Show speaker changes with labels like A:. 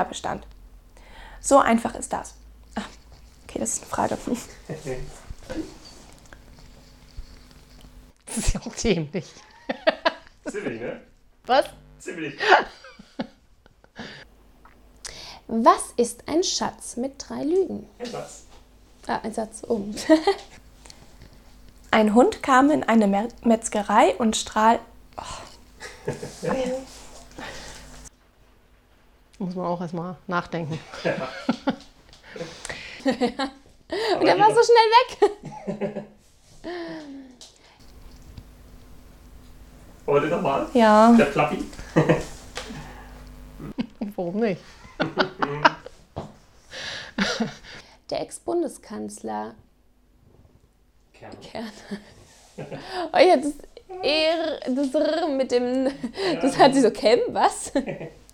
A: Kinderbestand. So einfach ist das. Ah, Okay, das ist eine Frage.
B: Das ist ja auch dämlich.
C: Ziemlich, ne?
B: Was?
C: Ziemlich.
D: Was ist ein Schatz mit drei Lügen?
C: Ein Satz.
D: Ah, ein Satz um.
A: Ein Hund kam in eine Mer Metzgerei und strahl.
B: Muss man auch erstmal nachdenken.
C: Aber
D: Der war so schnell weg.
C: Wollt ihr nochmal?
A: Ja.
C: Der Plappi?
B: Warum nicht?
D: Der Ex-Bundeskanzler
C: Kern.
D: Kerner. Oh ja, das R, das R mit dem. Das hat sie so, Cam, was?